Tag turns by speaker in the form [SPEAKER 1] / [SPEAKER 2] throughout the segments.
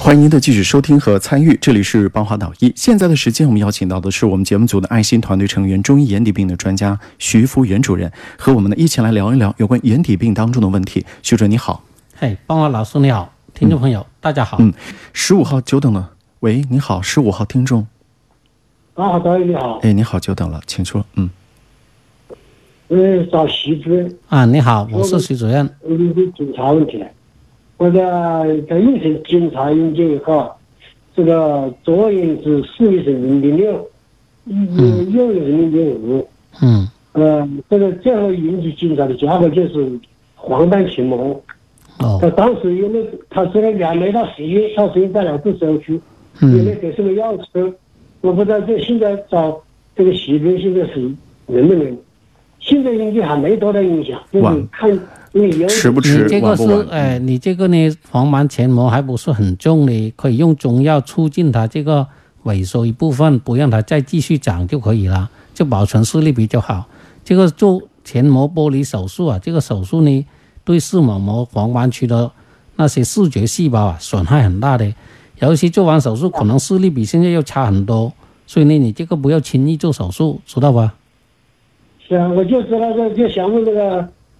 [SPEAKER 1] 欢迎您的继续收听和参与，这里是邦华导医。现在的时间，我们邀请到的是我们节目组的爱心团队成员、中医眼底病的专家徐福元主任，和我们呢一起来聊一聊有关眼底病当中的问题。徐主任你好，
[SPEAKER 2] 嘿，邦华老师你好，听众朋友、大家好。
[SPEAKER 1] 嗯十五号久等了。喂，你好，十五号听众，
[SPEAKER 3] 啊，导演你好，
[SPEAKER 1] 哎，你好，久等了，请说。嗯，
[SPEAKER 3] 我是找徐主任，
[SPEAKER 2] 啊，你好，我是徐主任。
[SPEAKER 3] 我有个检查问题，我的在医生检查眼睛以后，这个左眼是视力是零点六，右右眼是零点五，
[SPEAKER 2] 嗯
[SPEAKER 3] 呃，这个最后眼睛检查的结果就是黄斑起膜。
[SPEAKER 1] 呃
[SPEAKER 2] 哦
[SPEAKER 3] 他当时因为他这个原来到十一月，到十一月办了做手术，
[SPEAKER 1] 嗯
[SPEAKER 3] 因
[SPEAKER 2] 嗯
[SPEAKER 3] 为给什么药吃，我不知道这现在找这个徐主任现在是能不能，现在应该还没多大影响，就是
[SPEAKER 1] 晚
[SPEAKER 3] 看因为有
[SPEAKER 1] 迟不迟
[SPEAKER 2] 你这，个
[SPEAKER 1] 晚不
[SPEAKER 2] 是
[SPEAKER 1] 晚？
[SPEAKER 2] 呃，你这个呢，黄斑前膜还不是很重的，可以用中药促进它这个萎缩一部分，不让它再继续长就可以了，就保存视力比较好。这个做前膜剥离手术啊，这个手术呢，对视网膜黄斑区的那些视觉细胞啊，损害很大的，尤其做完手术可能视力比现在要差很多，所以呢，你这个不要轻易做手术，知道吧？
[SPEAKER 3] 是啊，我就知道这就想问这个，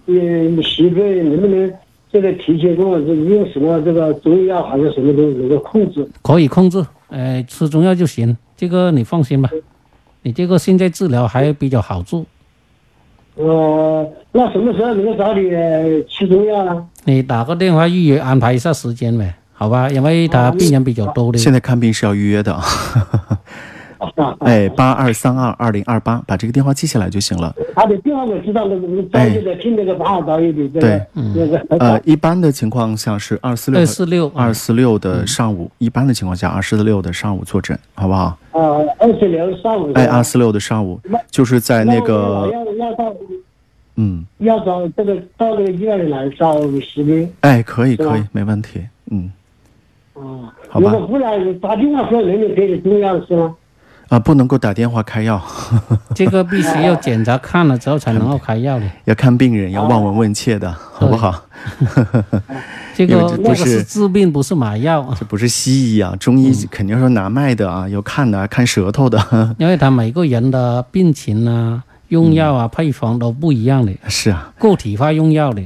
[SPEAKER 3] 呃，徐主任能不能这个提前跟我这用什么这个中药还是什么东西能够控制？
[SPEAKER 2] 可以控制，呃，吃中药就行，这个你放心吧。你这个现在治疗还比较好做，
[SPEAKER 3] 呃，那什么时候能够找你呃吃中药呢？
[SPEAKER 2] 你打个电话预约安排一下时间呗，好吧？因为他病人比较多的
[SPEAKER 1] 哦现，在看病是要预约的 啊。
[SPEAKER 3] 啊，
[SPEAKER 1] 哎，八二三二二零二八，把这个电话记下来就行了。
[SPEAKER 3] 他的电话我知道了，我早就在听那个八号导演的这
[SPEAKER 1] 哎对
[SPEAKER 3] 个那个
[SPEAKER 1] 呃，一般的情况下是二四六
[SPEAKER 2] 二四六
[SPEAKER 1] 二四六的上午，一般的情况下二四六的上午坐诊，好不好？
[SPEAKER 3] 呃二十六上午。
[SPEAKER 1] 哎，二四六的上午
[SPEAKER 3] 啊那
[SPEAKER 1] 就是在那
[SPEAKER 3] 我
[SPEAKER 1] 个
[SPEAKER 3] 要要到
[SPEAKER 1] 嗯，
[SPEAKER 3] 要找这个到那个医院里来找石斌
[SPEAKER 1] 哎，可以
[SPEAKER 3] 是吧
[SPEAKER 1] 可以，没问题，嗯
[SPEAKER 3] 啊。
[SPEAKER 1] 好吧
[SPEAKER 3] 如果不然打电话说人家给你中药是吗？
[SPEAKER 1] 啊，不能够打电话开药，
[SPEAKER 2] 这个必须要检查看了之后才能够开 药的。
[SPEAKER 1] 要看病人，要望闻问切
[SPEAKER 3] 哦
[SPEAKER 1] 的，好不好？
[SPEAKER 2] 这
[SPEAKER 1] 因为
[SPEAKER 2] 个
[SPEAKER 1] 这
[SPEAKER 2] 这
[SPEAKER 1] 不
[SPEAKER 2] 个
[SPEAKER 1] 是
[SPEAKER 2] 是治病，不是买药，
[SPEAKER 1] 这不是西医啊，中
[SPEAKER 3] 嗯
[SPEAKER 1] 医肯定是拿脉的啊，有看的啊，看舌头的，
[SPEAKER 2] 因为他每个人的病情啊、用药啊、配方都不一样的，
[SPEAKER 1] 是啊。
[SPEAKER 2] 个体化用药的。